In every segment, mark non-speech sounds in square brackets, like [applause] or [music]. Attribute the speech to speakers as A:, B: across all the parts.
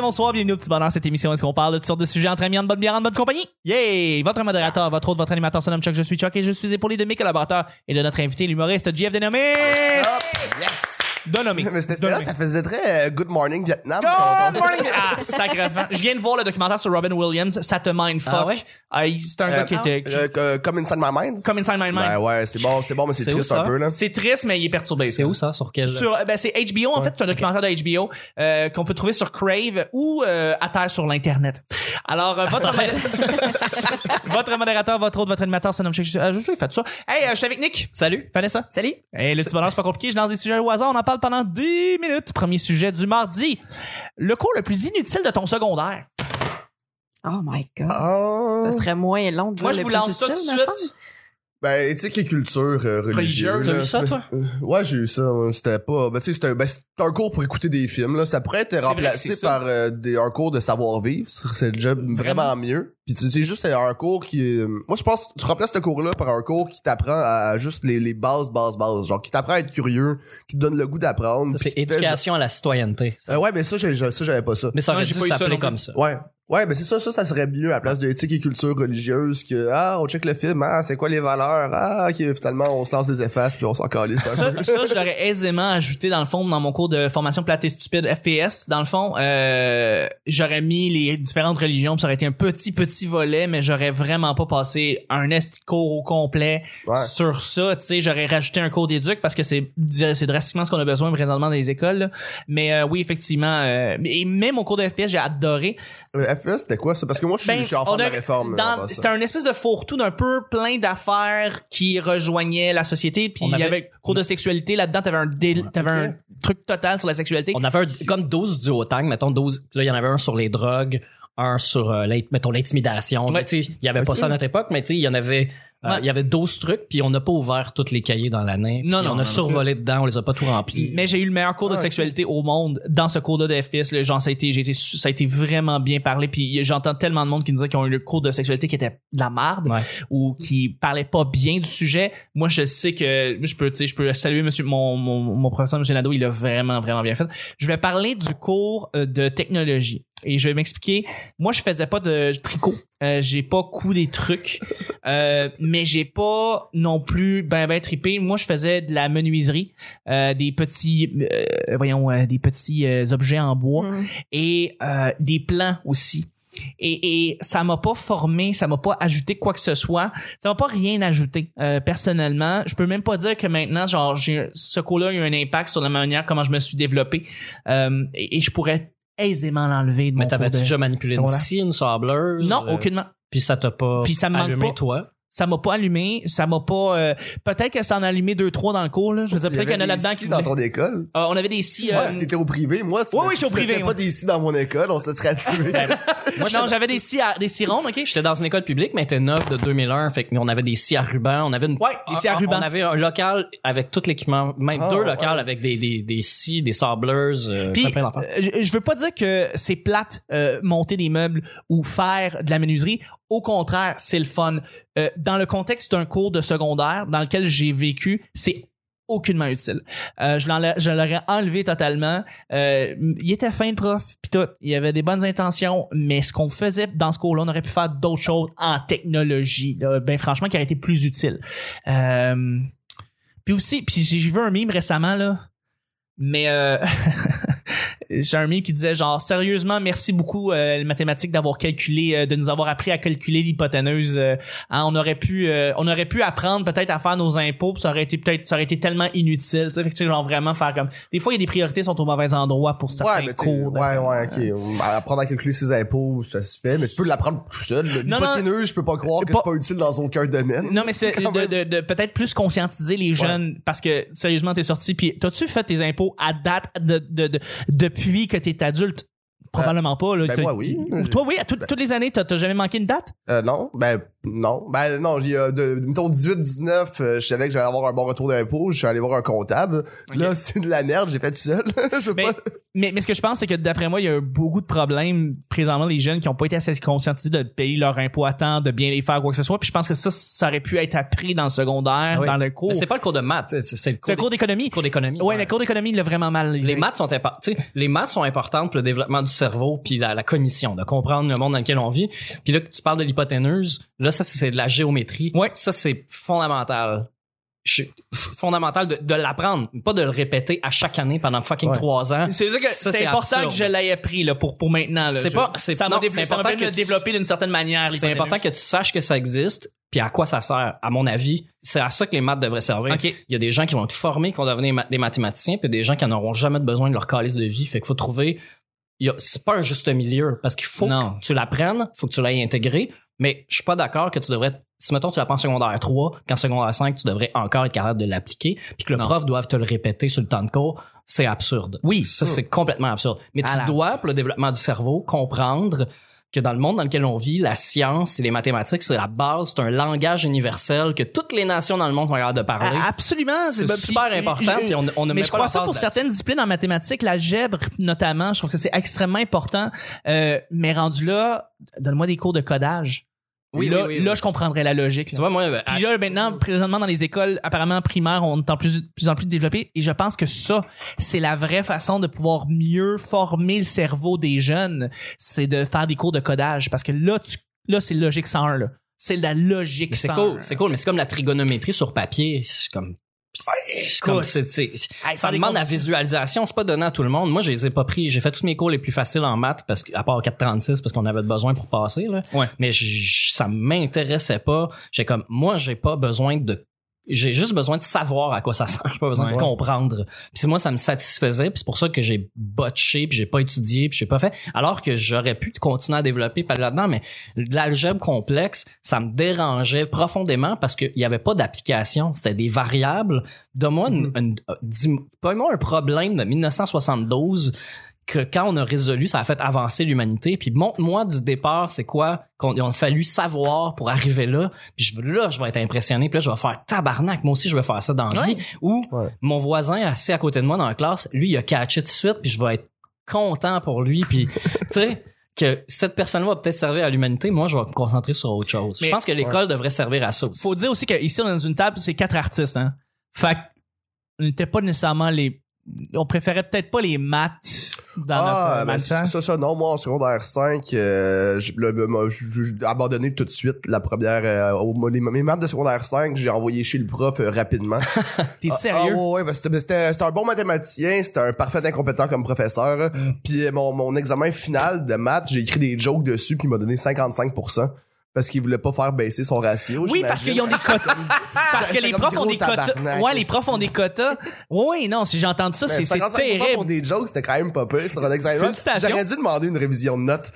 A: bonsoir, bienvenue au petit bonheur. Cette émission, est-ce qu'on parle de toutes sortes de sujets entre amis, en bonne bière, en bonne compagnie? Yay! Votre modérateur, votre hôte, votre animateur, son nom Chuck, je suis Chuck et je suis épaulé de mes collaborateurs et de notre invité, l'humoriste JF Dénommé!
B: Yes!
A: Dénommé.
B: Mais
A: Dénommé.
B: c'était c'était là, ça faisait très euh, Good Morning Vietnam. ton-
A: Good
B: ton-
A: morning! Ah, sacrement. Je viens de voir le documentaire sur Robin Williams, ça te mindfuck.
C: Ah ouais?
A: Ah, il- c'est un gars qui
B: Euh,
A: était. qui-
B: euh, euh, Comme Inside My Mind.
A: Comme Inside My Mind.
B: Ben ouais, c'est bon, c'est bon, mais c'est
A: C'est où
B: triste
A: ça?
B: un peu, là.
A: C'est triste, mais il est perturbé.
C: C'est où ça? Sur quel?
A: Sur, ben c'est HBO, en fait, c'est un documentaire de HBO euh, qu'on peut trouver sur Crave ou euh, à terre sur l'Internet. Alors, euh, votre, modé- votre modérateur, votre autre, votre animateur, son nom, je, je, Ah, je, je l'ai fait ça. Hey, euh, je suis avec Nick.
C: Salut.
A: Vanessa.
D: Salut.
A: Hey, le petit bonheur, c'est pas compliqué. Je lance des sujets au hasard. On en parle pendant 10 minutes. Premier sujet du mardi. Le cours le plus inutile de ton secondaire.
D: Oh my God.
B: Ah.
D: Ça serait moins long de
A: Moi,
D: dire
A: je vous
D: le plus
A: lance ça tout de
D: utile, me semble.
A: suite.
B: Ben, éthique et culture euh,
A: Religieuse.
B: religieuse. là.
C: T'as eu ça, toi?
B: Euh, Ouais, j'ai eu ça. ouais. C'était pas. Ben, tu sais, c'était un, ben, c'est un cours pour écouter des films, là. Ça pourrait être
A: vrai que
B: remplacé
A: c'est ça.
B: par euh, des, un cours de savoir-vivre. C'est déjà vraiment, mieux. Puis, tu sais, c'est juste un cours qui. est- Moi, je pense que tu remplaces ce cours-là par un cours qui t'apprend à juste les, les bases, bases, bases. Genre, qui t'apprend à être curieux, qui te donne le goût d'apprendre.
C: Ça,
B: puis
C: c'est
B: qui te fait-
C: éducation à la citoyenneté. ça.
B: Euh, ouais, mais ça, j'ai- ça, j'avais pas ça.
C: Mais ça
A: Non,
C: aurait
A: Ah, j'ai
C: dû
A: pas eu ça non
C: s'appeler
A: plus.
C: comme ça.
B: Ouais. Ouais, ben c'est ça, ça, ça serait mieux à la place de éthique et culture religieuse que ah, on check le film, ah, c'est quoi les valeurs, ah, ok, finalement on se lance des effaces puis on s'en calisse un peu.
A: Ça, ça, je l'aurais aisément ajouté dans le fond dans mon cours de formation platée stupide FPS. Dans le fond, euh, j'aurais mis les différentes religions, puis ça aurait été un petit petit volet, mais j'aurais vraiment pas passé un esti de cours au complet
B: Ouais.
A: sur ça. Tu sais, j'aurais rajouté un cours d'éduc parce que c'est c'est drastiquement ce qu'on a besoin présentement dans les écoles. là. Mais euh, oui, effectivement, euh, et même au cours de FPS, j'ai adoré.
B: Euh, FS, c'était quoi ça? Parce que moi, je suis,
A: Ben,
B: je suis enfant
A: on
B: de la
A: a-
B: réforme.
A: dans-
B: là, en passant.
A: C'était un espèce de fourre-tout d'un peu plein d'affaires qui rejoignaient la société. Puis
C: On
A: il y
C: avait-
A: avait cours de sexualité là-dedans. T'avais un, dé- t'avais
B: Ok.
A: un truc total sur la sexualité.
C: On avait un- comme 12 duotangs, mettons 12. Là, il y en avait un sur les drogues, un sur euh, l'int- mettons l'intimidation.
A: Ouais.
C: Mais tu sais, Il y avait pas
B: Ok.
C: ça à notre époque, mais tu sais, il y en avait euh,
A: Ouais.
C: il y avait 12 trucs, puis on n'a pas ouvert tous les cahiers dans l'année. puis
A: Non,
C: on
A: non,
C: a
A: non,
C: survolé dedans, on les a pas tout remplis.
A: mais j'ai eu le meilleur cours de
B: Ah, ok.
A: sexualité au monde dans ce cours-là de FPS. là. genre, ça a, été, j'ai été su- ça a été vraiment bien parlé. Puis j'entends tellement de monde qui nous disait qu'ils ont eu le cours de sexualité qui était de la marde
C: Ouais.
A: ou qui parlait pas bien du sujet. Moi, je sais que je peux, tu sais, je peux saluer monsieur, mon, mon, mon professeur, monsieur Nadeau, il l'a vraiment, vraiment bien fait. Je vais parler du cours euh, de technologie. Et je vais m'expliquer. Moi, je faisais pas de tricot. Euh, j'ai pas coup des trucs. Euh, mais j'ai pas non plus ben ben trippé. Moi, je faisais de la menuiserie, euh, des petits, euh, voyons, euh, des petits euh, objets en bois
D: Mm.
A: et euh, des plans aussi. Et, et ça m'a pas formé, ça m'a pas ajouté quoi que ce soit, ça m'a pas rien ajouté euh, personnellement. Je peux même pas dire que maintenant, genre, j'ai ce cours-là a eu un impact sur la manière comment je me suis développé Euh, et, et je pourrais aisément l'enlever de mon
C: Mais
A: cours
C: t'avais-tu
A: de-
C: déjà manipulé une
A: secondaire.
C: scie, une sableuse?
A: Non,
C: euh,
A: aucunement.
C: Puis ça t'a pas
A: Puis ça me manque
C: allumé,
A: pas.
C: toi?
A: Ça m'a pas allumé, ça m'a pas. euh, peut-être que ça en a allumé deux trois dans le cours là. Je veux dire
B: Il y
A: peut-être qu'il y en
B: avait
A: a
B: des
A: là-dedans
B: scies
A: qui.
B: dans
A: voulaient-
B: ton école.
A: Euh, on avait des scies. euh,
B: Ouais, T'étais au privé, moi, tu
A: Ouais,
B: me-
A: oui, je suis
B: tu
A: au privé, Ben,
B: mettais
A: ouais.
B: pas des scies dans mon école, on se serait tué.
C: Moi,
A: non, j'avais des scies, à- des scies rondes, ok.
C: J'étais dans une école publique, mais elle était neuve de 2001. Fait que nous, on avait des scies à ruban, on avait une.
A: Ouais, des scies à
C: on-
A: ruban.
C: Ah, On avait un local avec tout l'équipement, même
B: Ah,
C: deux
B: ouais.
C: locales avec des, des, des scies, des sableuses, euh,
A: Puis,
C: plein, plein d'affaires.
A: euh, je, je veux pas dire que c'est plate euh, monter des meubles ou faire de la menuiserie. Au contraire, c'est le fun. Euh, dans le contexte d'un cours de secondaire dans lequel j'ai vécu, c'est aucunement utile. Euh, je l'enlè- je l'aurais enlevé totalement. Euh, il était fin le prof, puis tout. Il avait des bonnes intentions, mais ce qu'on faisait dans ce cours-là, on aurait pu faire d'autres choses en technologie. là. ben franchement, qui aurait été plus utile. Euh, puis aussi, puis j'ai vu un mime récemment là, mais euh, [laughs] j'ai un mime qui disait genre sérieusement merci beaucoup euh, les mathématiques d'avoir calculé, euh, de nous avoir appris à calculer l'hypoténuse. Euh, hein, on aurait pu, euh, on aurait pu apprendre peut-être à faire nos impôts, puis ça aurait été peut-être, ça aurait été tellement inutile. Tu sais, fait que, tu sais, genre vraiment faire comme. Des fois, il y a des priorités qui sont au mauvais endroit pour certains
B: Ouais, mais tu sais,
A: cours.
B: ouais, ouais, ok. Apprendre à calculer ses impôts, ça se fait, mais tu peux l'apprendre tout seul.
A: Non,
B: L'hypoténuse, je peux pas croire que
A: Pas-
B: c'est pas utile dans aucun domaine.
A: Non, mais c'est
B: quand
A: de,
B: même-
A: de, de peut-être plus conscientiser les jeunes parce que sérieusement, t'es sorti puis t'as-tu fait tes impôts à date de, de, de- depuis que t'es adulte? Probablement pas. Là,
B: ben
A: T'as-
B: moi, oui.
A: Ou toi, oui, à tout- toutes les années, t'as t'as jamais manqué une date?
B: Euh, non, ben, Non. Ben non, j'ai euh, de, mettons 18-19, euh, je savais que j'allais avoir un bon retour d'impôt, je suis allé voir un comptable. Là, c'est de la merde, j'ai fait tout seul. [laughs] je veux
A: Mais,
B: pas.
A: mais, mais ce que je pense, c'est que d'après moi, il y a eu beaucoup de problèmes présentement les jeunes qui n'ont pas été assez conscientisés de payer leur impôt à temps, de bien les faire, quoi que ce soit. Puis je pense que ça, ça aurait pu être appris dans le secondaire,
C: Ah oui.
A: dans le cours.
C: Mais C'est pas le cours de maths, c'est- c'est le
A: C'est
C: cours,
A: le cours d'économie.
C: des- cours d'économie.
A: Ouais, mais le cours d'économie, il l'a vraiment mal.
C: Les maths sont importantes. Les maths sont importantes pour le développement du cerveau puis la, la cognition, de comprendre le monde dans lequel on vit. Puis là, que tu parles de l'hypoténuse. Là, ça, c'est de la géométrie.
A: Ouais.
C: Ça, c'est fondamental. Je- f- fondamental de, de l'apprendre, pas de le répéter à chaque année pendant fucking
B: Ouais.
C: trois ans.
A: C'est dire que
C: Ça,
A: c'est
C: c'est
A: important
C: absurde.
A: que je l'aie appris là, pour, pour maintenant. là.
C: C'est
A: Je-
C: pas- c'est-
A: ça m'a
C: non,
A: dé-
C: c'est
A: ça m'a
C: important
A: permis de
C: que tu-
A: développer d'une certaine manière.
C: C'est important que tu saches que ça existe puis à quoi ça sert. À mon avis, c'est à ça que les maths devraient servir.
A: Ok.
C: Il y a des gens qui vont être formés, qui vont devenir ma- des mathématiciens, puis des gens qui n'auront jamais besoin de leur calice de vie. Fait qu'il faut trouver. il y a- C'est pas un juste milieu parce qu'il faut
A: Non.
C: que tu l'apprennes, faut que tu l'aies intégré. Mais je suis pas d'accord que tu devrais. Si mettons tu l'apprends en secondaire 3, qu'en secondaire 5, tu devrais encore être capable de l'appliquer, puis que le
A: Non.
C: prof doive te le répéter sur le temps de cours, c'est absurde.
A: Oui. Ah
C: Ça, c'est complètement absurde. Mais
A: À
C: tu
A: la-
C: dois, pour le développement du cerveau, comprendre que dans le monde dans lequel on vit, la science et les mathématiques, c'est la base, c'est un langage universel que toutes les nations dans le monde sont capables de parler.
A: Ah, Absolument,
C: c'est
A: ben,
C: super
A: puis-
C: important,
A: je-
C: puis on, on ne
A: mais
C: met
A: je
C: pas
A: crois
C: la
A: ça
C: base
A: pour
C: là-dessus.
A: certaines disciplines en mathématiques, l'algèbre notamment, je trouve que c'est extrêmement important. Euh, mais rendu là, donne-moi des cours de codage.
C: Oui,
A: là,
C: oui, oui,
A: là,
C: oui.
A: je comprendrais la logique. là.
C: Tu vois, moi, euh,
A: Puis là, maintenant, présentement, dans les écoles, apparemment primaires, on est en plus, plus en plus développé. Et je pense que ça, c'est la vraie façon de pouvoir mieux former le cerveau des jeunes. C'est de faire des cours de codage. Parce que là, tu, là, c'est logique 101, là. C'est la logique
C: Mais c'est
A: 101.
C: cool, c'est cool, mais c'est comme la trigonométrie sur papier. C'est comme. c'est comme-
A: écoute.
C: c'est- c'est-
A: Hey,
C: ça
A: faire des
C: demande la
A: cours-
C: visualisation, c'est pas donné à tout le monde. Moi, je les ai pas pris. J'ai fait tous mes cours les plus faciles en maths, parce que, à part 436, parce qu'on avait besoin pour passer. Là.
A: Ouais.
C: Mais j- ça m'intéressait pas. J'ai comme, moi, j'ai pas besoin de. J'ai juste besoin de savoir à quoi ça sert. [laughs] J'ai pas besoin
A: Ouais.
C: de comprendre. Puis moi, ça me satisfaisait. Puis c'est pour ça que j'ai botché, puis j'ai pas étudié, puis j'ai pas fait. Alors que j'aurais pu continuer à développer par là-dedans, mais l'algèbre complexe, ça me dérangeait profondément parce qu'il n'y avait pas d'application. C'était des variables. Donne-moi une, une- euh, dis-moi- donne-moi un problème de 1972 que quand on a résolu, ça a fait avancer l'humanité. Puis montre-moi du départ, c'est quoi qu'on il a fallu savoir pour arriver là. Puis je, là, je vais être impressionné. Puis là, je vais faire tabarnak. Moi aussi, je vais faire ça dans la vie. Ou
B: Ouais.
C: mon voisin assis à côté de moi dans la classe, lui, il a catché tout de suite. Puis je vais être content pour lui. Puis tu sais que cette personne-là va peut-être servir à l'humanité. Moi, je vais me concentrer sur autre chose.
A: Mais-
C: je pense que l'école devrait servir à ça aussi.
A: Faut dire aussi qu'ici, on est dans une table, c'est quatre artistes, hein. Fait qu'on n'était pas nécessairement les, on préférait peut-être pas les maths dans
B: Ah,
A: notre
B: ben, ça,
A: matière.
B: ça, ça, non, moi, en secondaire 5, euh, j'ai le- le- moi, j'ai- j'ai abandonné tout de suite la première. euh, au- moi, les- mes maths de secondaire 5, j'ai envoyé chez le prof euh, rapidement.
A: T'es
B: Ah,
A: [laughs] sérieux?
B: ah, ouais, ouais, parce que c'était- c'était c'était un bon mathématicien, c'était un parfait incompétent comme professeur.
A: Mm.
B: Puis euh, mon, mon examen final de maths, j'ai écrit des jokes dessus, puis il m'a donné 55%. Parce qu'il voulait pas faire baisser son ratio.
A: Oui, parce qu'ils ont des
B: [laughs]
A: quotas. parce que
B: J'étais
A: les
B: comme
A: profs ont
B: gros
A: des quotas.
B: tabarnak,
A: Ouais, les profs ont des quotas. Oui, non, si j'ai entendu ça, c'est c'est
B: 55% pour
A: terrible.
B: des jokes, c'était quand même pas peu sur un examen.
A: Félicitations.
B: J'aurais dû demander une révision de notes.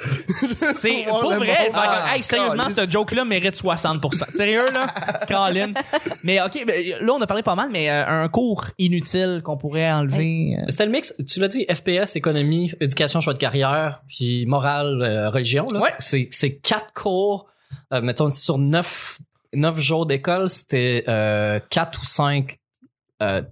A: C'est
B: [laughs] Pour
A: pour
B: le
A: vrai. faire
B: monde.
A: comme,
B: Ah,
A: hey, sérieusement,
B: caliste.
A: ce joke-là mérite 60%. Sérieux,
B: [laughs]
A: là? Colin. Mais OK, ben, là, on a parlé pas mal, mais euh, un cours inutile qu'on pourrait enlever. euh,
C: C'était le mix, tu l'as dit, FPS, économie, éducation, choix de carrière, puis morale, euh, religion. Là.
A: Ouais.
C: C'est, c'est quatre cours, euh, mettons, sur neuf, neuf jours d'école, c'était euh, quatre ou cinq euh,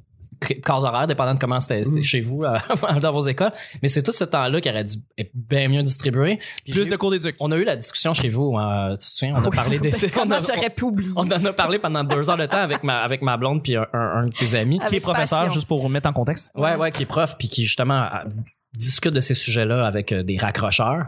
C: c- cases horaires, dépendant de comment c'était, c'était chez vous, euh, [laughs] dans vos écoles. Mais c'est tout ce temps-là qui aurait dû être bien mieux distribué. Puis
A: Plus
C: j'ai-
A: de cours d'éduc.
C: On a eu la discussion chez vous, hein, tu te souviens, on a
A: [laughs]
C: parlé des... on
D: Comment
C: a-
D: j'aurais pu oublier?
C: [laughs] on en a parlé pendant deux heures de temps avec ma, avec ma blonde puis un, un- un de tes amis.
A: Qui est
D: Avec
A: professeur,
D: passion.
A: juste pour mettre en contexte.
C: Ouais, ouais, qui est prof, puis qui justement euh, discute de ces sujets-là avec euh, des raccrocheurs,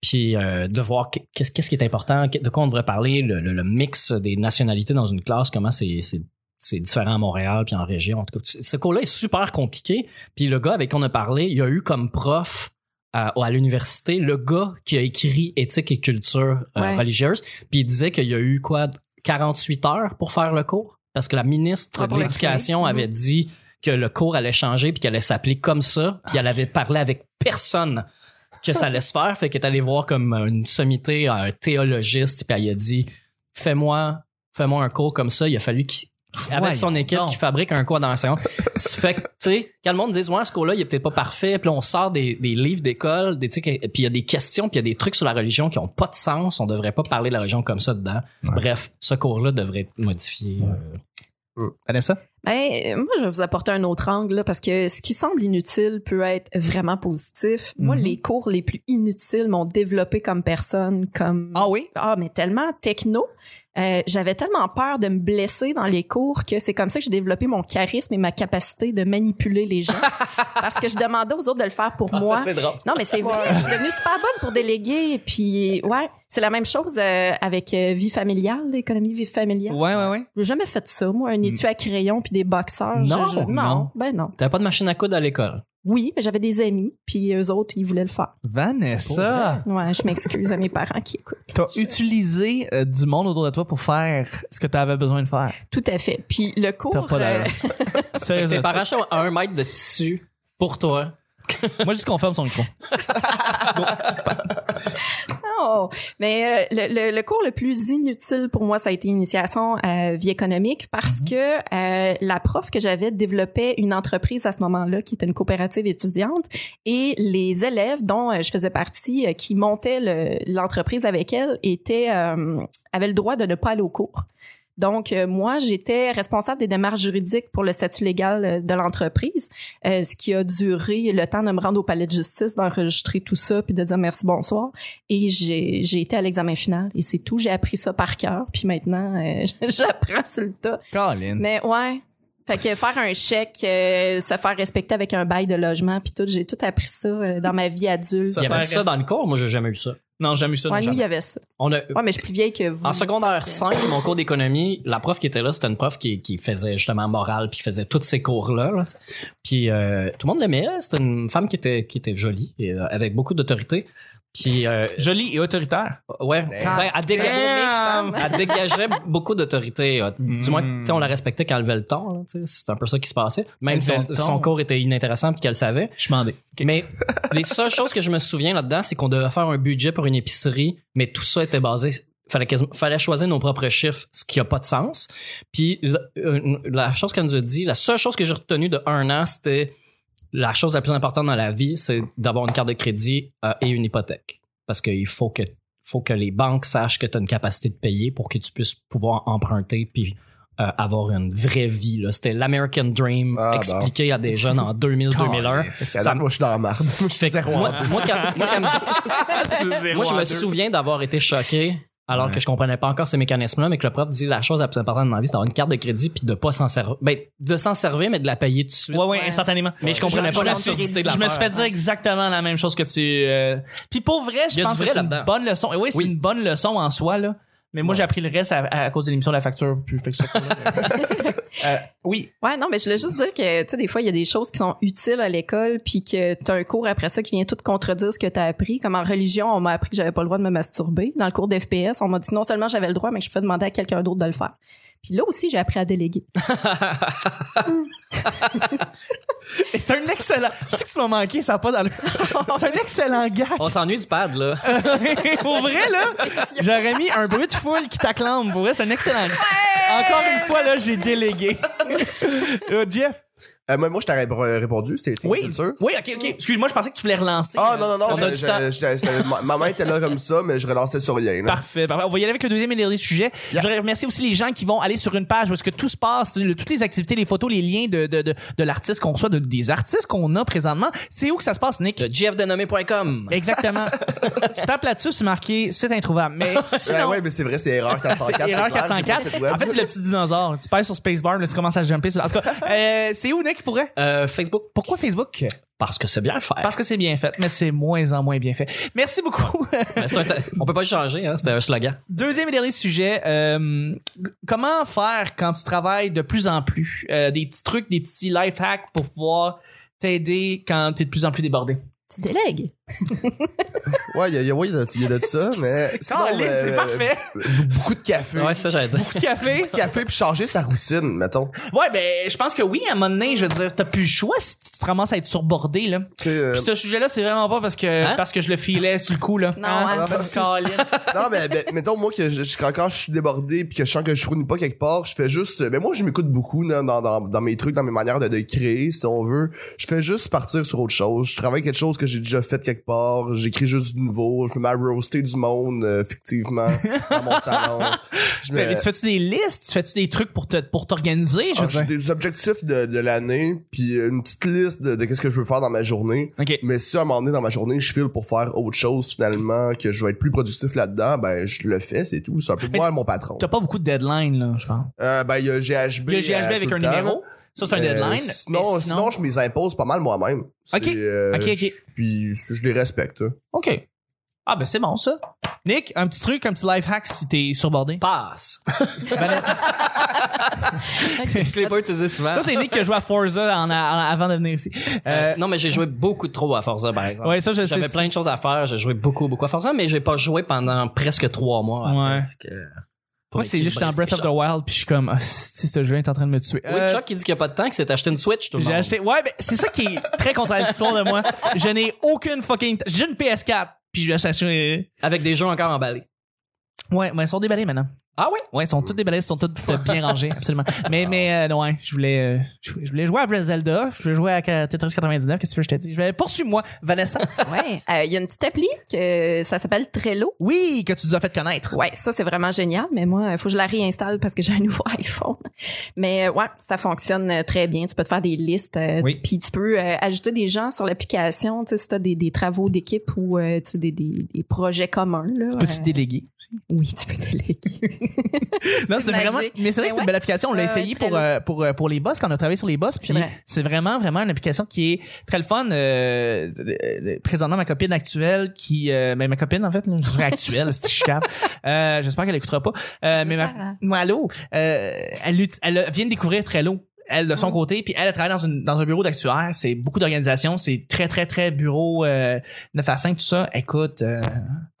C: puis euh, de voir qu- qu'est-ce qu'est-ce qui est important, qu- de quoi on devrait parler, le, le- le mix des nationalités dans une classe, comment c'est c'est- c'est différent à Montréal puis en région. En tout cas, ce cours-là est super compliqué. Puis le gars avec qui on a parlé, il a eu comme prof à, à l'université le gars qui a écrit éthique et culture euh,
D: Ouais.
C: religieuse. Puis il disait qu'il y a eu quoi 48 heures pour faire le cours parce que la ministre
D: Ah,
C: de
D: pour le
C: l'éducation
D: créer.
C: avait dit que le cours allait changer puis qu'elle allait s'appeler comme ça puis elle avait parlé avec personne que ça allait se faire fait qu'elle est allée voir comme une sommité un théologiste puis elle a dit fais-moi fais-moi un cours comme ça il a fallu qu'il avec son
E: Voyons
C: équipe
E: donc.
C: qui fabrique un code dans
E: [laughs]
C: la seconde. Ça fait que, tu sais, quand le monde dit, ouais, ce cours-là, il est peut-être pas parfait, puis là, on sort des, des livres d'école, des, tu sais, que- puis il y a des questions, puis il y a des trucs sur la religion qui ont pas de sens, on devrait pas parler de la religion comme ça dedans. Bref, ce cours-là devrait être modifié.
A: Vanessa?
D: Ben, euh, moi, je vais vous apporter un autre angle, là, parce que ce qui semble inutile peut être vraiment positif. Moi,
E: Mhm.
D: les cours les plus inutiles m'ont développé comme personne, comme...
E: Ah oui?
D: Ah, mais tellement techno. Euh, J'avais tellement peur de me blesser dans les cours que c'est comme ça que j'ai développé mon charisme et ma capacité de manipuler les gens.
E: [laughs]
D: parce que je demandais aux autres de le faire
E: Ah,
D: pour moi.
C: drôle.
D: Non, mais c'est vrai, je suis devenue super bonne pour déléguer. Puis, ouais, c'est la même chose euh, avec euh, vie familiale, l'économie vie familiale.
E: Ouais, ouais, ouais.
D: J'ai jamais fait ça, moi, un étui à crayon puis des boxeurs. Je-
C: Non,
D: je- non,
C: non.
D: ben non.
C: T'avais pas de machine à coudre à l'école.
D: Oui, mais j'avais des amis, puis eux autres, ils voulaient le faire.
A: Vanessa,
D: Ouais, je m'excuse à mes parents qui écoutent.
A: t'as utilisé euh, du monde autour de toi pour faire ce que t'avais besoin de faire.
D: Tout à [laughs] fait. Puis le cours...
A: T'as pas
D: euh,
A: d'allure.
C: Fait que
A: Sérieusement.
C: tes parents sont à un mètre de tissu pour toi.
A: Moi, je dis qu'on ferme son micro.
D: Non, Oh! mais euh, le, le- le cours le plus inutile pour moi, ça a été initiation à vie économique parce que euh, la prof que j'avais développait une entreprise à ce moment-là qui était une coopérative étudiante et les élèves dont euh, je faisais partie euh, qui montaient le- l'entreprise avec elle étaient euh, avaient le droit de ne pas aller au cours. Donc, euh, moi, j'étais responsable des démarches juridiques pour le statut légal euh, de l'entreprise, euh, ce qui a duré le temps de me rendre au palais de justice, d'enregistrer tout ça, puis de dire merci, bonsoir. Et j'ai j'ai été à l'examen final, et c'est tout. J'ai appris ça par cœur, puis maintenant, euh, [laughs] j'apprends sur le tas.
A: Colin.
D: Mais ouais, fait que faire un chèque, euh, se faire respecter avec un bail de logement, puis tout, j'ai tout appris ça euh, dans ma vie adulte.
A: Ça
C: Il y
A: paraît-
C: avait ça dans le cours, moi j'ai jamais eu ça.
A: Non, jamais eu ça.
D: ouais, nous,
A: jamais.
D: il y avait ça.
C: On a,
D: Ouais, mais je suis plus vieille que vous.
C: En secondaire 5, mon cours d'économie, la prof qui était là, c'était une prof qui, qui faisait justement morale, puis qui faisait tous ces cours-là. là. Puis euh, tout le monde l'aimait. elle. C'était une femme qui était, qui était jolie, et, euh, avec beaucoup d'autorité. Puis, euh,
A: Jolie et autoritaire.
C: ouais, ben, elle,
D: Très beau
C: déga-
D: mix, Sam.
C: elle dégageait beaucoup d'autorité. euh, Du
A: Mm.
C: moins, tu sais, on la respectait quand elle levait le ton. là, tu sais, C'est un peu ça qui se passait. Même
A: Elle
C: si
A: levait
C: son,
A: le ton.
C: son cours était inintéressant, puis qu'elle savait.
A: Je m'en [laughs] vais.
C: Mais les seules choses que je me souviens là-dedans, c'est qu'on devait faire un budget pour une épicerie, mais tout ça était basé. Fallait, quasiment- fallait choisir nos propres chiffres, ce qui a pas de sens. Puis la, euh, la chose qu'elle nous a dit, la seule chose que j'ai retenue de un an, c'était la chose la plus importante dans la vie, c'est d'avoir une carte de crédit euh, et une hypothèque. Parce qu'il faut que, faut que les banques sachent que tu as une capacité de payer pour que tu puisses pouvoir emprunter puis euh, avoir une vraie vie. là. C'était l'American Dream
B: Ah, bah.
C: expliqué à des jeunes en 2000-2001.
B: Ça moi, je suis dans la marde. Je suis zéro en
C: Moi,
B: deux.
C: moi, quand- moi, quand elle me dit- moi, je me
A: souviens
C: souviens d'avoir été choqué alors
A: Ouais.
C: que je comprenais pas encore ces mécanismes-là, mais que le prof dit la chose la plus importante dans la vie, c'est d'avoir une carte de crédit puis de pas s'en servir. Ben, de s'en servir, mais de la payer tout de suite.
A: Ouais, ouais, instantanément. Mais je comprenais
C: Je-
A: pas
C: je
A: la
C: me suis-
A: surdité de
C: je me suis
A: l'affaire.
C: fait dire
A: exactement la même chose que tu. euh, Puis pour vrai,
C: Il
A: je
C: y a
A: pense
C: du
A: que
C: vrai
A: c'est une
C: là-dedans.
A: bonne leçon. Et oui, c'est
C: Oui.
A: une bonne leçon en soi là. Mais moi, j'ai appris le reste à, à cause de l'émission de la facture. Puis fait que [laughs] ça, Euh, oui.
D: Ouais, non, mais je voulais juste dire que, tu sais, des fois, il y a des choses qui sont utiles à l'école, puis que t'as un cours après ça qui vient tout contredire ce que t'as appris. Comme en religion, on m'a appris que j'avais pas le droit de me masturber. Dans le cours d'FPS, on m'a dit que non seulement j'avais le droit, mais que je pouvais demander à quelqu'un d'autre de le faire. Puis là aussi, j'ai appris à déléguer.
A: Et [laughs] C'est un excellent. C'est que tu m'as manqué, ça a pas dans [laughs] le. C'est un excellent gars.
C: On s'ennuie du pad, là.
A: pour vrai [laughs] là, j'aurais mis un bruit de foule qui t'acclame. Pour vrai, c'est un excellent. gars. Encore une fois là, j'ai délégué. [laughs] Euh, Jeff.
B: Euh, moi, moi, je t'aurais br- répondu, c'était c'était
A: Oui.
B: culture.
A: Oui, ok, ok. Excuse-moi, je pensais que tu voulais relancer.
B: Ah non, non, non,
A: On a
B: je-
A: du
B: je-
A: temps.
B: j'étais- j'étais- ma, ma main était là comme ça, mais je relançais sur rien. là.
A: Parfait, parfait. On va y aller avec le deuxième et dernier sujet.
B: Yeah.
A: Je voudrais remercier aussi les gens qui vont aller sur une page où est-ce que tout se passe, le- toutes les activités, les photos, les liens de, de, de, de l'artiste qu'on reçoit, de- des artistes qu'on a présentement. C'est où que ça se passe,
B: [laughs]
A: Nick?
C: Le jfdenommé.com.
A: Exactement. tu tapes là-dessus, c'est marqué c'est introuvable. Mais
B: Ouais,
A: sinon,
B: ouais, mais c'est vrai, c'est
A: [laughs]
B: erreur 404.
A: c'est erreur
B: clair, j'ai pas de
A: 404.
B: site web.
A: En fait, c'est le petit dinosaure. Tu passes sur Spacebar, là, tu commences à jumper. Sur... En tout cas,
B: [laughs]
A: euh, c'est où, Nick, pourrait?
C: Euh, Facebook.
A: Pourquoi Facebook?
C: Parce que c'est bien le faire.
A: Parce que c'est bien fait, mais c'est moins en moins bien fait. Merci beaucoup.
C: Mais Ben, c'est un ta- [laughs] On peut pas le changer, hein. C'était un slogan.
A: Deuxième et dernier sujet, euh, g- comment faire quand tu travailles de plus en plus? Euh, des petits trucs, des petits life hacks pour pouvoir t'aider quand t'es de plus en plus débordé.
D: Tu délègues.
B: Ouais, il y a, il y a- oui, il y a- il y a
A: [laughs]
B: de ça, mais. sinon,
A: Caroline, c'est
B: euh, [laughs]
A: parfait.
B: Beaucoup de café.
C: Ouais, ça, j'allais dire.
A: Beaucoup de café.
B: Café puis changer sa routine, mettons.
A: Ouais, ben, je pense que oui, à un moment donné, je veux dire, t'as plus le choix si tu te ramasses à être surbordé, là.
B: Tu sais, euh,
A: Puis ce sujet-là, c'est vraiment pas parce que,
C: Hein?
A: parce que je le filais sur le coup, là.
D: Non,
A: Hein?
D: hein,
A: Parce
C: ben,
A: que Caroline.
B: non, mais ben, mettons, moi, que je, je, quand, quand je suis débordé puis que je sens que je fournis pas quelque part, je fais juste. Mais moi, je m'écoute beaucoup là, dans, dans, dans mes trucs, dans mes manières de, de créer, si on veut. Je fais juste partir sur autre chose. Je travaille quelque chose que j'ai déjà fait quelque part. J'écris juste du nouveau. Je me mets à roaster du monde,
A: [laughs]
B: euh, fictivement, dans mon salon. Je me-
A: Mais tu fais-tu des listes? Tu fais-tu des trucs pour te, pour t'organiser? Je
B: Ah,
A: veux
B: j'ai
A: dire.
B: des objectifs de, de l'année, puis une petite liste de, de qu'est-ce que je veux faire dans ma journée.
A: Ok.
B: Mais si à un moment donné dans ma journée, je file pour faire autre chose finalement, que je vais être plus productif là-dedans, ben je le fais, c'est tout. C'est un peu
A: Mais
B: moi mon patron.
A: T'as pas beaucoup de deadlines, là, je pense.
B: Euh, ben il y a GHB.
A: Le GHB
B: euh,
A: avec
B: tout
A: un
B: le temps.
A: numéro. Ça, c'est un
B: Euh,
A: deadline.
B: sinon,
A: mais
B: sinon, je me les impose pas mal moi-même. C'est,
A: Ok.
B: euh,
A: Ok, ok.
B: je- Puis je les respecte. hein.
A: OK. Ah, ben, c'est bon, ça. Nick, un petit truc, un petit life hack si t'es surbordé.
C: [laughs] Passe. [laughs] Je l'ai pas utilisé souvent.
A: Ça, c'est Nick qui a joué à Forza en- en- avant de venir ici. Euh,
C: Euh, non, mais j'ai joué beaucoup trop à Forza, par exemple.
A: ouais, ça, je sais.
C: J'avais plein de choses à faire, j'ai joué beaucoup, beaucoup à Forza, mais j'ai pas joué pendant presque trois mois. après.
A: Ouais.
C: Fait que- pour
A: Moi, c'est juste en Breath of the Wild, puis je suis comme, Ah, si ce jeu est en train de me tuer.
C: Oui,
A: Euh,
C: Chuck, il dit qu'il n'y a pas de temps, que c'est acheté une Switch, tout le
A: J'ai
C: monde.
A: acheté. Ouais, mais c'est ça qui est très contradictoire de moi. Je n'ai aucune fucking. J'ai une PS4, puis je vais acheter. euh,
C: Avec des jeux encore emballés.
A: Ouais, mais ils sont déballés maintenant.
C: Ah oui?
A: Ouais, ils sont tous déballés, ils sont [laughs] tous euh, bien rangés, absolument. Mais, mais, euh, non, ouais, je voulais, euh, je voulais- je voulais jouer à Breath of Zelda, je voulais jouer à Tetris 99, qu'est-ce que je t'ai dit? Je vais, poursuis-moi, Vanessa.
D: Ouais. Euh, Il y a une petite appli que ça s'appelle Trello.
A: Oui, que tu nous as fait connaître.
D: Ouais, ça c'est vraiment génial, mais moi, il faut que je la réinstalle parce que j'ai un nouveau [laughs] iPhone. Mais euh, ouais, ça fonctionne euh, très bien. Tu peux te faire des listes, euh,
A: Oui.
D: puis tu peux euh, ajouter des gens sur l'application, tu sais, si t'as des, des travaux d'équipe ou euh, tu sais, des, des, des projets communs. Là,
A: Peux-tu
D: Euh, [laughs]
A: déléguer?
D: Oui, tu peux
A: [laughs]
D: déléguer.
A: Non, c'est
D: magique.
A: vraiment. Mais c'est vrai que
D: Mais
A: c'est une
D: ouais.
A: belle application. On l'a
D: Ouais,
A: essayé
D: ouais, très
A: pour, euh, pour, euh, pour les boss, quand on a travaillé sur les boss. Puis
D: vrai.
A: c'est vraiment, vraiment une application qui est très le fun. Euh, euh, présentement, ma copine actuelle, qui. Euh, mais ma copine, en fait, là, je dirais actuelle, [laughs] si je suis capable. Euh, J'espère qu'elle écoutera pas. Euh, mais ma,
D: Sarah.
A: moi, allô, euh, elle, lut- elle a- vient de découvrir Trello. Elle, de son
D: Mm.
A: côté, puis elle, elle travaille dans, une, dans un bureau d'actuaire. C'est beaucoup d'organisations. C'est très, très, très bureau euh, 9 à 5, tout ça. Écoute, euh,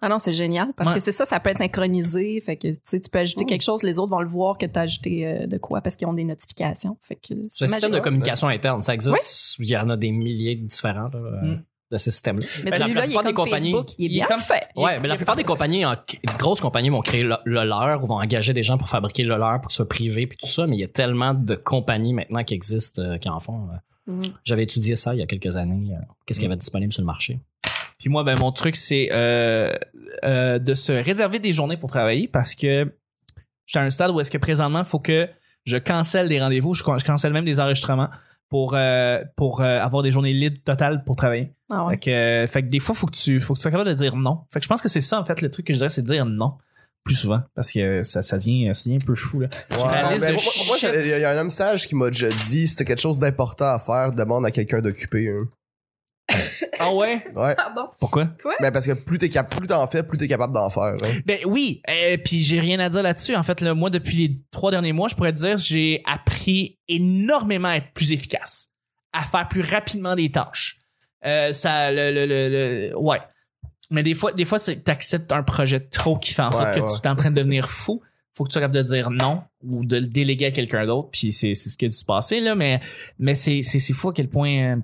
D: Ah non, c'est génial parce
A: Ouais.
D: que c'est ça, ça peut être synchronisé. Fait que tu sais, tu peux ajouter quelque chose, les autres vont le voir que tu as ajouté euh, de quoi parce qu'ils ont des notifications. Fait que
C: C'est un système de
D: magique.
C: communication interne. Ça existe. Il y en a des milliers de différents là, euh,
A: Mm.
C: de ce système-là.
D: Mais
C: Ben, la
D: celui-là, il est
C: plupart
D: comme
C: des compagnies-
D: Facebook, il est
A: il est
D: bien
A: comme-
D: fait.
C: Ouais, mais la plupart des compagnies, en- les grosses compagnies vont créer le, le leur ou vont engager des gens pour fabriquer le leur pour que ce soit privé puis tout ça, mais il y a tellement de compagnies maintenant qui existent euh, qui en font. euh.
D: Mm.
C: J'avais étudié ça il y a quelques années, euh, qu'est-ce qu'il y avait disponible sur le marché.
A: Puis moi, ben mon truc, c'est euh, euh, de se réserver des journées pour travailler parce que j'étais à un stade où est-ce que présentement, faut que je cancelle des rendez-vous, je, can- je cancelle même des enregistrements pour euh, pour euh, avoir des journées libres totales pour travailler.
D: Ah
A: Fait,
D: ouais.
A: que, euh, fait que des fois, faut que tu faut que tu sois capable de dire non. Fait que je pense que c'est ça en fait le truc que je dirais, c'est de dire non plus souvent parce que euh, ça ça devient ça devient un peu fou là.
B: Ouais,
A: la liste
B: mais
A: de
B: moi,
A: shit.
B: moi, j'ai- il y a un homme sage qui m'a déjà dit si t'as quelque chose d'important à faire, demande à quelqu'un d'occupé. hein.
A: Ah ouais.
B: Ouais.
D: Pardon.
A: Pourquoi?
B: Ben parce que plus t'es cap- plus t'en fais, plus t'es capable d'en faire. hein.
A: [laughs] Ben oui, euh, puis j'ai rien à dire là-dessus. En fait, là, moi, depuis les trois derniers mois, je pourrais te dire, j'ai appris énormément à être plus efficace, à faire plus rapidement des tâches. Euh, ça, le, le, le, le- ouais. Mais des fois, des fois, c'est- t'acceptes un projet de trop qui fait en sorte
B: Ouais,
A: que
B: ouais.
A: tu t'es en train de devenir fou. Faut que tu sois capable de dire non ou de le déléguer à quelqu'un d'autre. Puis c'est c'est ce qui a dû se passer là, mais mais c'est c'est c'est fou à quel point. euh,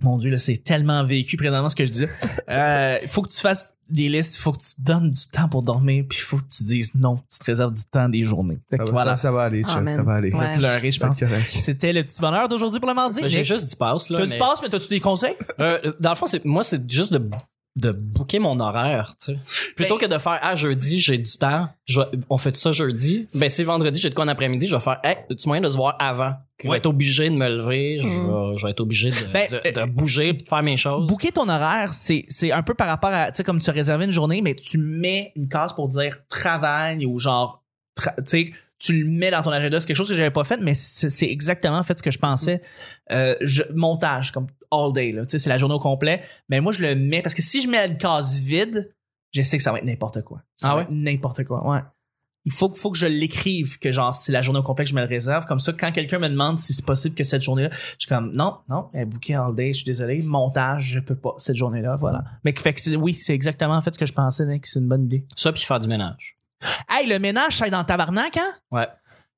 A: mon Dieu, là, c'est tellement vécu présentement ce que je dis. Euh, faut que tu fasses des listes, faut que tu donnes du temps pour dormir, puis faut que tu dises non, tu te réserves du temps des journées. Fait que
B: Ça va-
A: voilà,
B: Ah
A: Ah,
B: ça, ça va aller, Chuck,
D: Amen.
B: ça va aller.
D: Ouais.
A: pleurer, je
B: Ça va
A: pense.
B: être correct.
A: C'était le petit bonheur d'aujourd'hui pour le mardi.
C: Mais Ben, J'ai
A: Nick,
C: juste du passe. là,
A: T'as
C: mais-
A: du passe, mais t'as-tu des conseils?
C: Euh, dans le fond, c'est, moi, c'est juste de, de booker mon horaire, tu sais. Plutôt
A: Ben-
C: que de faire, ah, jeudi, j'ai du temps, je vais- on fait ça jeudi. Ben, si vendredi, j'ai de quoi en après-midi, je vais faire, hey, tu moyen de se voir avant? Je
A: Ouais.
C: vais être obligé de me lever, je,
D: Mm.
C: vais, je vais être obligé de,
A: Ben,
C: de-
A: euh,
C: de bouger puis de faire mes choses.
A: Booker ton horaire, c'est, c'est un peu par rapport à, tu sais, comme tu as réservé une journée, mais tu mets une case pour dire travail ou genre, tra- tu sais, tu le mets dans ton agenda. C'est quelque chose que j'avais pas fait, mais c'est, c'est exactement en fait ce que je pensais. Euh, je, montage, comme all day, là, tu sais, c'est la journée au complet. Mais moi, je le mets parce que si je mets une case vide, je sais que ça va être n'importe quoi. Ça
C: Ah
A: va
C: ouais?
A: être N'importe quoi, ouais. il faut, faut que je l'écrive que genre c'est la journée au complet que je me le réserve comme ça quand quelqu'un me demande si c'est possible que cette journée-là je suis comme non non elle est bookée all day je suis désolé montage je peux pas cette journée-là voilà mais que- fait que c'est- oui c'est exactement en fait ce que je pensais Nick c'est une bonne idée
C: Ça, puis faire du ménage.
A: hey le ménage ça aide dans le tabarnak hein
C: Ouais.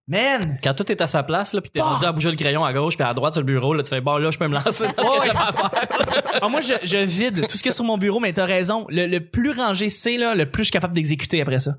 A: man
C: Quand tout est à sa place, là, puis t'es
A: Bah!
C: rendu à bouger le crayon à gauche puis à droite sur le bureau, là, tu fais bon, là, je peux me lancer dans ce que j'avais à faire.
A: Ah, moi je, je vide tout ce qu'il y a sur mon bureau mais t'as raison le, le plus rangé c'est là le plus je suis capable d'exécuter après ça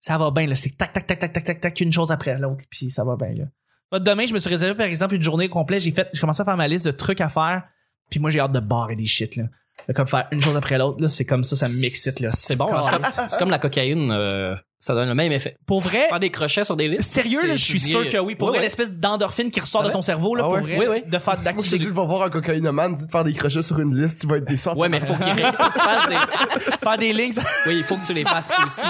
A: ça va bien là c'est tac tac tac tac tac tac tac une chose après l'autre puis ça va bien là Moi, demain je me suis réservé par exemple une journée complète j'ai fait j'ai commencé à faire ma liste de trucs à faire puis moi j'ai hâte de barrer des shit là Là, comme faire une chose après l'autre là c'est comme [laughs] ça ça m'excite là
C: C'est bon, hein, c'est comme- c'est comme la cocaïne, euh, ça donne le même effet.
A: pour vrai
C: Faire des crochets sur des listes.
A: Eh! sérieux
C: c'est-
A: là, je suis
C: tu dis-
A: sûr que oui pour
C: Ouais,
A: vrai
C: ouais.
A: l'espèce d'endorphine qui ressort
C: Ah
A: de
C: ouais?
A: ton cerveau là
B: Ah
A: pour
B: ouais?
A: vrai
C: Oui, oui.
A: de faire de
B: Moi, je te dis,
A: l'activité
B: tu vas voir un cocaïnomane, dis de faire des crochets sur une liste, il va être des sortes.
C: Ouais, mais faut qu'il faut qu'il fasse des.
A: Ah, [laughs] faire des links
C: Oui, il faut que tu les fasses
A: [laughs]
C: aussi.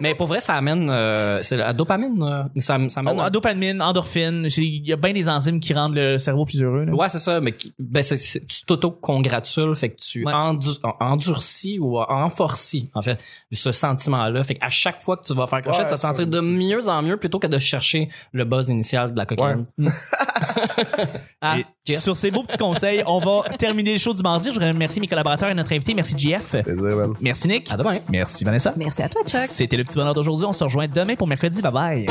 C: Mais pour vrai, ça amène. euh, c'est la dopamine. euh, ça, ça amène.
B: Oh,
A: En dopamine, endorphine, c'est- il y a bien des enzymes qui rendent le cerveau plus heureux. là.
C: Ouais, c'est ça, mais qui- ben, c'est- c'est- tu t'auto-congratules, fait que tu
A: Ouais.
C: endu- en- endurcis ou enforcis, en fait, ce sentiment-là. Fait qu'à chaque fois que tu vas faire un crochet,
B: Ouais,
C: tu vas te
B: ça,
C: sentir de
B: c'est-
C: mieux en mieux plutôt que de chercher le buzz initial de la cocaïne.
A: Ah,
C: Et- Jeff?
A: sur ces beaux petits conseils, on va
C: [laughs]
A: terminer le show du mardi. Je remercie mes collaborateurs et notre invité. Merci JF.
B: Plaisir, man.
A: Merci Nick.
C: À demain.
A: Merci Vanessa.
D: Merci à toi, Chuck.
A: C'était le petit bonheur d'aujourd'hui. On se rejoint demain pour mercredi. Bye bye.